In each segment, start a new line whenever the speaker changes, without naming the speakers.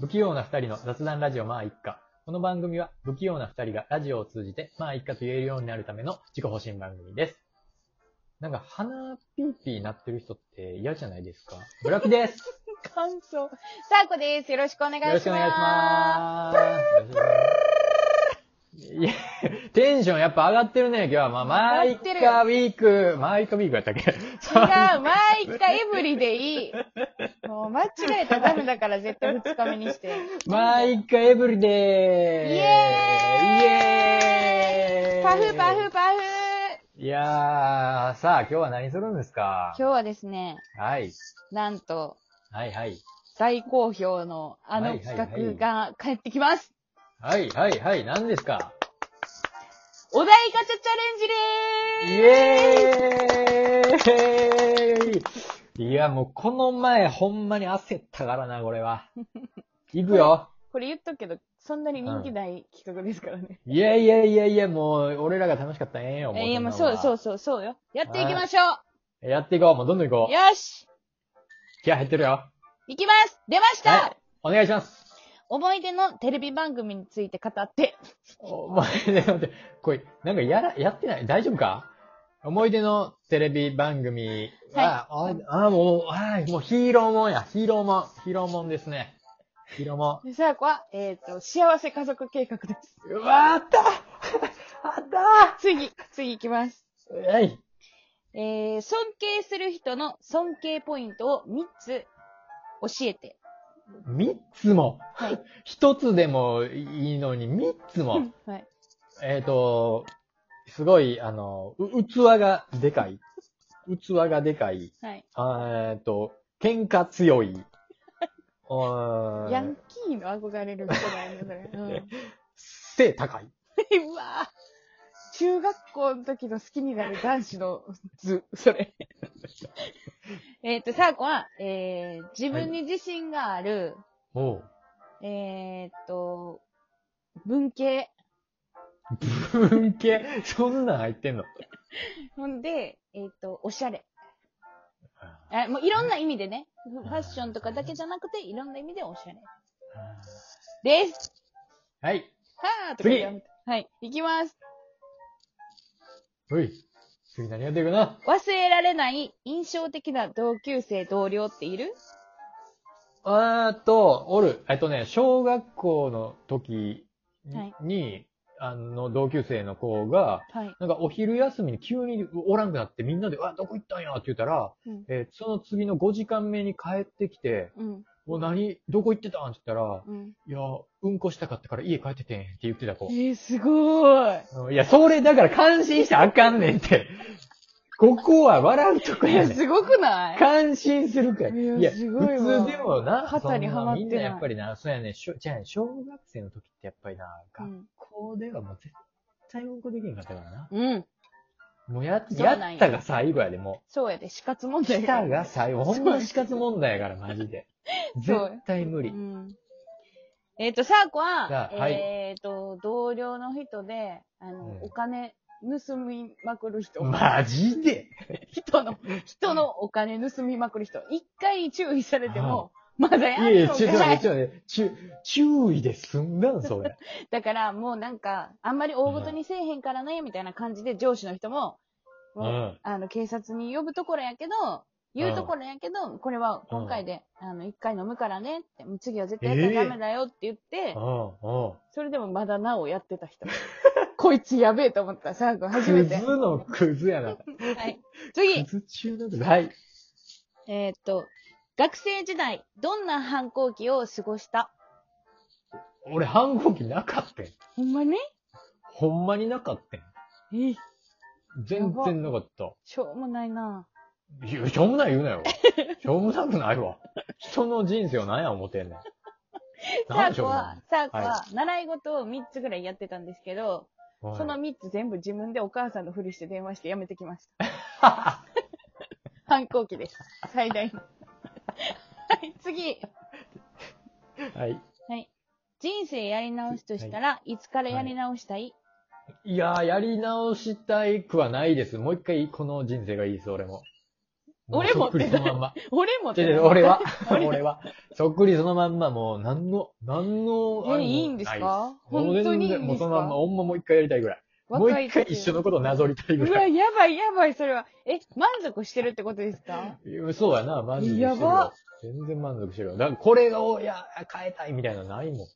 不器用な二人の雑談ラジオまあ一家。この番組は不器用な二人がラジオを通じてまあ一家と言えるようになるための自己保身番組です。なんか鼻ピーピー鳴ってる人って嫌じゃないですかブラピです
感想。さあこです。よろし くお願いします。
よろしくお願いします。いや、テンションやっぱ上がってるね、今日は。まあ、マイ
上が
カウィーク、マイカウィークやったっけ
違う、毎回エブリでいい。もう間違えたらダメだから絶対2日目にして。
マイカエブリデー
イエ
イエーイ
パフパフパフ
いやー、さあ今日は何するんですか
今日はですね、
はい。
なんと、
はいはい。
大好評のあの企画が帰ってきます。
はいはいはい、何ですか
お題ガチャチ
イ
ャレンジでーす
エーイいや、もうこの前ほんまに焦ったからな、これは。いく よ。
これ言っとくけど、そんなに人気ない企画ですからね。
いやいやいやいや、もう、俺らが楽しかったらええよ、もう。
えー、もうそうそうそうそうよ。やっていきましょ
う。やっていこう、もうどんどんいうこう。
よし
気合入ってるよ。
いきます出ました、
はいお願いします。
思い出のテレビ番組について語って。
お前ね、待って、これ、なんかやら、やってない大丈夫か思い出のテレビ番組は、あ、あ、もう、あ、もうヒーローもんや、ヒーローもん、ヒーローもんですね。ヒーローも
でさあ、こは、えっ、と、幸せ家族計画です。
ん。うわ、あったあった
次、次行きます。
えい。
えー、尊敬する人の尊敬ポイントを3つ教えて。
三つも。
はい。
一つでもいいのに、三つも。
はい。
えっ、と、すごい、あの、う器がでかい。器がでかい。
はい。
あーえっ、と、喧嘩強 い。あー
ヤンキーの憧れる人だよね、それ。うん。
背高い。
うわぁ中学校の時の好きになる男子の図、それ。 えっと、さあこは、えー、自分に自信がある、
おう。
えーっと、文系。
文系、そんなん入ってんの。
ほんで、えーっと、おしゃれ。あもういろんな意味でね。フファッションとかだけじゃなくて、いろんな意味でおしゃれ。です。
はい。
はぁとか
次
やめてはい。いきます。
おい。次何やってるかな
忘れられない印象的な同級生、同僚っている
あーっと、おる。えっとね、小学校の時に、
はい
あの、同級生の子が、
はい。
なんかお昼休みに急におらんくなってみんなで、あ、どこ行ったんやって言ったら、
うん。
えーその次の5時間目に帰ってきて、
うん。
お、何どこ行ってたんって言ったら、
うん。
いや、うんこしたかったから家帰っててんって言ってた子。
えー、すごーい。
うんいや、それ、だから感心したらあかんねんって。ここは笑うとこ
いや、
やねん。
すごくない
感心するから。
いや
いや、
す
普
ごいわ
通でもな、
肩にはまってな
そ
い
んみんなやっぱりな、そうやねん、しょじゃあね、小学生の時ってやっぱりな、
う
学
ん。
校ではもう絶対うんこできんかったからな。
うん。
もうや、
そう
や
なんや
ったが最後やで、も
そうやで、死活問
う。
題
し
が
たが最後。ほんま死活問題やから、マジで。
そう
絶対無
う
理。
ん。えっ、と、サーコは
さ、あはい
えっ、と、同僚の人で、あの、
うん
お金盗みまくる人。
マジで
人の、人のお金盗みまくる人。一回注意されても、まだ
い
や
や
ん
い
の
や、ちょっと
か
待っ
い
て、ちょっと待って、注注意で済んだん、それ。
だから、もうなんか、あんまり大ごとにせえへんからね、みたいな感じで上司の人も、
う。
もうんあの、警察に呼ぶところやけど、言うところやけど、これは今回で、あの、一回飲むからねって、もう次は絶対やったらダメだよって言って、
うん、うん。
それでもまだなおやってた人。 こいつやべえと思った、サー君初め
ク
て。は
ズのクズやな。
い。次、
クズ中のクズ。はい。
えーっと、学生時代、どんな反抗期を過ごした
俺反抗期なかったん。
ほんまね
ほんまになかったん。
え、
全然なかった。
しょうもないない
や、しょうもない言うな よ。しょうもなくないわ。人の人生を何や思 てんねん。
サ
何
ー
しょ
コ
うも
は
な、
サーコは
は、
習い事を3つぐらいやってたんですけど、
い。
その
はい
3つ全部自分でお母さんのふりして電話してやめてきました。反抗期です。最大の。はい、次。
はい。
はい。人生やり直すとしたら、いつからやり直したい、
いやー、やり直したいくはないです。もう一回この人生がいいです、俺も。
俺も
そっくりそのまんま。
俺も
違う
って
違う俺は、
俺
俺は、そっくりそのまんま、もう、なんの、なんの、あれも
え、いいんです
ない
か本当にいい
もう全然
ん
も
で
う
す
そのまんま、
か
ほんまもう一回やりたいぐらい。もう
若い
一回一緒のことをなぞりたいぐ
う
ら
わ、
い。
やばいやばい、それは。え、満足してるってことですか
うんそうやな、満足してる
やば
わ。全然満足してるわ。だから、これを、いや、変えたいみたいなのないもん。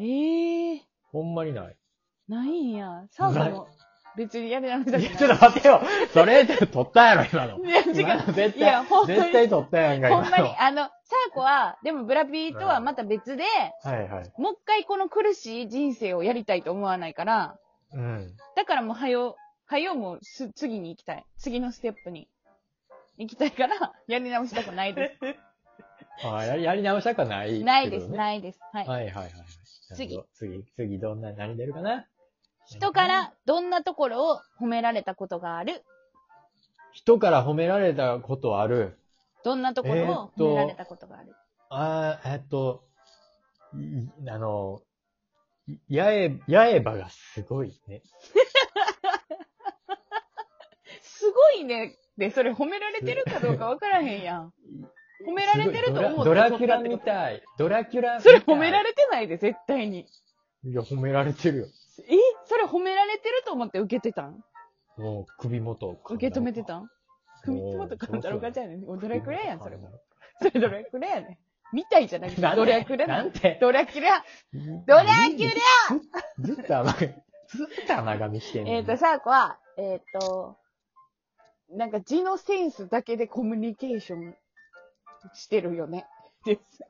ええー、
ほんまに ない。
ないんや。サーフも別にやめなく
い
な
や、
い。
ちょっと待てよ。それ、撮ったやろ、今の。
いや、違
今の
う。
絶
い
対、
や、ほんまに。
絶対撮ったやんか、
ほ
今
んまに
の。。
あの、サーコは、でもブラピーとはまた別で、
はいはい。
もう一回この苦しい人生をやりたいと思わないから、
うん。
だからもう、はよ、はよもうす、次に行きたい。次のステップに。行きたいから、やり直したくないで
あやり、やり直したくはない、
す。ないです、
ね。
ないです。はい。
はいはいはいはい。
次
なるほど。次、次どんな、何出るかな
人か。らどんなところを褒められたことがある
人から褒められたことある。
どんなところを褒められたことがある、
あーえっと、いあの、いやえ、やえばがすごいね。
すごいね。で、それ褒められてるかどうかわからへんやん。褒められてると思う
すごいドラドラキュラみたい。ドラキュラみ
そ
たい。
れ褒められてないで、絶対に。
いや、褒められてるよ。
えそれ褒められてると思って受けてたん
もう、首元を噛んだ
受け止めてたん首
もう
元かんだろかじゃねん。おどれくらいやん、それも。
も。
それどれくらいやねん。みたいじゃなくて、
なん
ドラ
て
キュラ
な
なんん
て
ドラキュラ
ド
ドラキュラ
ずっと甘噛み、ずっと甘噛みしてんのに
えっ、と、サーコは、えっ、と、なんか字のセンスだけでコミュニケーションしてる よね。です。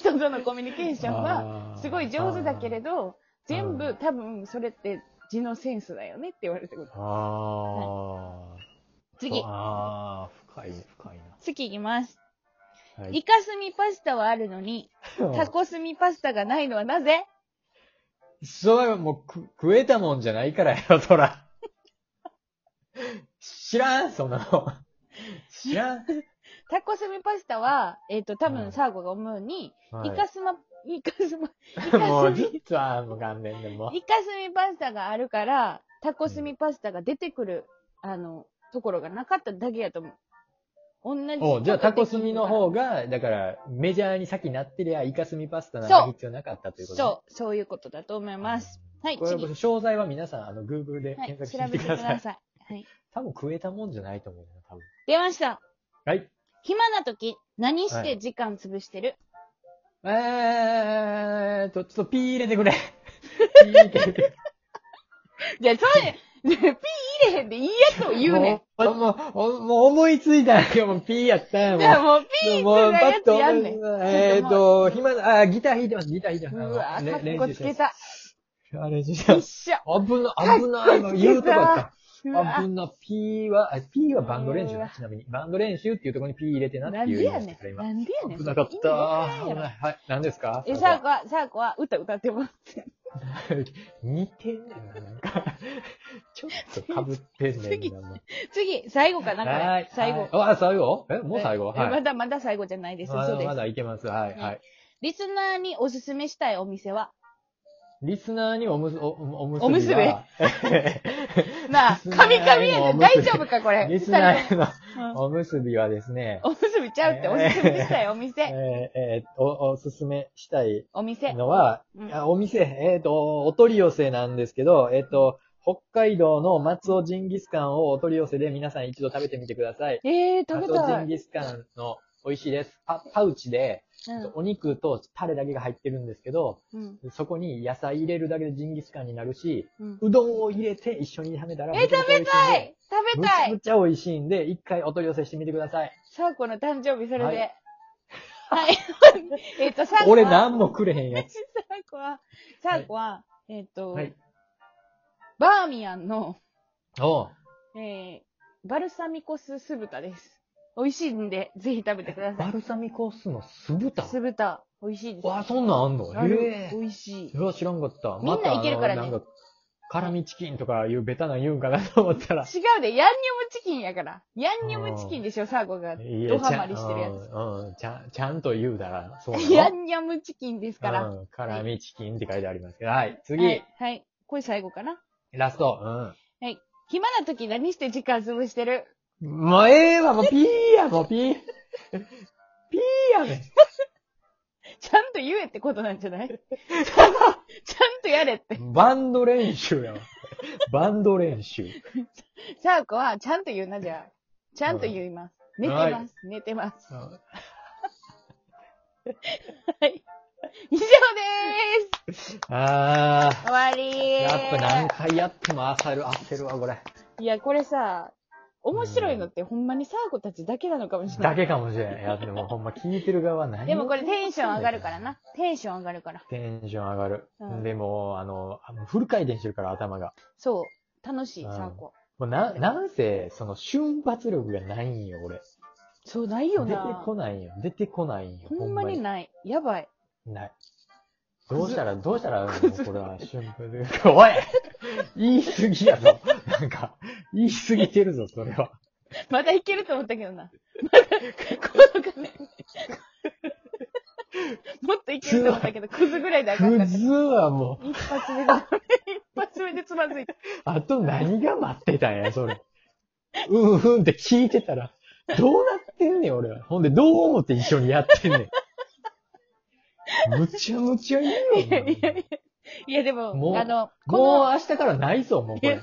人とのコミュニケーションは、
あー
すごい上手だけれど、全
う
部
ん
多分それって字のセンスだよねって言われてこと。
あーあー。
次、
ああ、深いね、深い
次いきます。
な。はい
イカスミパスタはあるのに、タコスミパスタがないのはなぜ
それはもうく食えたもんじゃないからやろ、そら。知らん、そんなの。知 らん。
タコスミパスタは、えっ、と、多
うん
分サーゴが思うに、
はい
イカスマ、イカスマ、イ
も
カ
う
ス
ずっ
ミ、
と、あーもう顔面でもう。
イカスミパスタがあるから、タコスミパスタが出てくる、あの、ところがなかっただけやと思う。同じこと
おじゃあタコスミの方
が。
が、だから、メジャーに先なってりゃ、イカスミパスタなんか
そう
必要なかったということね
そう、そういうことだと思います。はい、
これ、
次。
詳細は皆さん、あの、Google で
はい、
検索
調
してみ
べ
て
て
く
くだ
ださい。
さい。はい。
多分食えたもんじゃないと思うよ、多分。
出ました。
はい。
暇な時、何して時間潰してる、
えーっと、ちょっとピー入れ てくれ。ピー入れてくれ。
じゃあ、そうね、ピー入れへんでいいやつを言うねん。
もう、もう、もう思いついたんやもうピーやったんやも
じゃあ
う。
もうピー
もう、
するやつやんねん。
えーっと、暇な、あー、ギター弾いてます、ギター弾いて
う
ます。
わ
あの
ぁ、
ね
かっこつけた。
あ、練習して
一
ます。
緒。
危な、危ない。今言うとこやった。
う
あぶ
わ
んな、P は、あ P はバンド練習
う
な、
わ
ちなみに。バンド練習っていうところに P 入れてなって
なん
いう
で
意
や
味で
ね
すか
ん。
ら、
な
今。
んでやねん。
危なかっ
意味
た
わからんや
危
ろ
ない。はい。何ですか
え、
それ
サー
は
コは、サーコは歌歌ってます。
似てんねんな、なん か。ちょっと被ってんねんな、もう。
次、最後 かな、こ
は
れ
い。。
最後。
あ、最後え、もう最後
え
は
ま
い。
だまだ最後じゃないです。
ま
そう
だ
で。
ますだいけます。はい、
ね
はい。
リスナーにおすすめしたいお店は
リスナーにおむす、お、おむすびは。
おむすび
リ
なあ、
スナー
カミカミや
へのお
で
むすび
大丈夫か、これ。
リスナ
二
ー
人
への
ともうん
おむすびはですね、
おむすびちゃうって、おすすめしたいお
えー
店。
えーお、おすすめしたい
お店。
のは、
うん
あお店、えっ、と、お取り寄せなんですけど、えっ、と、北海道の松尾ジンギスカンをお取り寄せで皆さん一度食べてみてください。
えー、食べ
松尾
た
ジン
い。
ギスカンの美味しいです。パパウチで、
うん
お肉とタレだけが入ってるんですけど、
うん
そこに野菜入れるだけでジンギスカンになるし、
うん
うどんを入れて一緒に食べたら、
え
めちゃめちゃ美味しいん
は
で
い食べ
むち
た
ゃ
い
むちゃ美味しいんで、一回お取り寄せしてみてください。
サーコの誕生日、それで。
は
はいい。 えっと、サーコは。
俺何もくれへんやつ。
サーコは、サーコは、えっと、
はい。
バーミヤンの、
おう
えー、バルサミコ酢酢豚です。美味しいんで、ぜひ食べてくださ
バ
い。
ルサミコ酢の酢豚。
酢豚、美味しいです。
わあ、そんなんあんの
ある
へえ
美味しい
そ。れは知らんかった。
みんないけるから
また
ね
あのなんか、辛味チキンとかいうベタな言うんかなと思ったら。
違うで、ヤンニョムチキンやから。ヤンニョムチキンでしょ、サーコが。
い
ドハマりしてるやつ
ちゃんうん、うんちゃん、ちゃんと言うたら、そうなの
ヤンニョムチキンですから。
うん、辛味チキンって書いてありますけど。はい、次、
はい。はい。これ最後かな。
ラスト。うん。
暇な時何して時間潰してる
もうええわ、もうピーや、もうピー。ピーやねん。
ちゃんと言えってことなんじゃない ちゃんとやれって。
バンド練習やわ。バンド練習。
サーコは、ちゃんと言うな、じゃあ。ちゃんと言います。寝てます。寝てます。以上でー
あ
す終わり
ー。やっぱ何
ー
回やっても焦る、焦るわ、これ。
いや、これさ、面白いのってほんまにサーコたちだけなのかもしれな
だ
い。
けかもしれん。いや、でもほんま聞いてる側は何
でもこれテンション上がるからな。テンション上がるから。
テンション上がる。
うん
でも、あの、あのフル回転してるから、頭が。
そう。楽しい、
うん
サーコ。
もうな、なんせ、その瞬発力がないんよ、俺。
そう、ない
出
よ
て
な。
こないんよ。出てこないんよ。
ほんまに
ない。
ない。やばい。
ない。どうしたら、どうしたら、もうこれは瞬発力。おい言い過ぎやぞ。なんか、言い過ぎてるぞ、それは。
またいけると思ったけどな。まだ、この金。もっといけると思ったけど、クズぐらいで上がん
ク
なかっ
ズはも
た。一発目が、一発目でつまずいた。
う、あと何が待ってたんや、それ。うんうんって聞いてたら、どうなってんねん、俺は。ほんで、どう思って一緒にやってんねん。むちゃむちゃ言うよ
いやいやいや、いやでも、
もう
あの、
もう
こ
明日からないぞ、もう
の、
こ
いや違
れ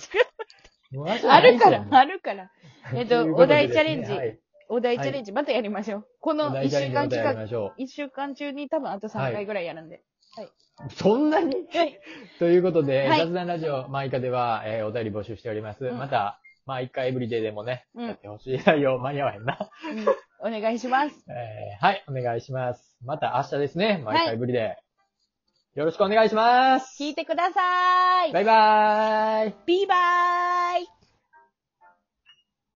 う。
もう明日
あ
ない
る
ぞ
から、
もう
あるから。えっと
いうことで
お題
ですね
チャレンジ
はい
お題チャレンジ、またやりましょう。こ
お
の
題
一
チャレ
週
ンジま
間
た
企
やり
画、
ましょ
一週間中に多分あと3回ぐらいやるんで。
う。そんなに
はい。
ということで、
はい
雑談ラジオ、マイカでは、えーお便り募集しております。
うん
また、まあ、一回エブリデイでもね、
うん
やってほしい内容、間に合わへんな。
うんお願いします。
えーはい、お願いします。また明日ですね、毎
は
回
い
ぶりで、よろしくお願いします。
聞いてください。
バイバーイ。
ビーバーイ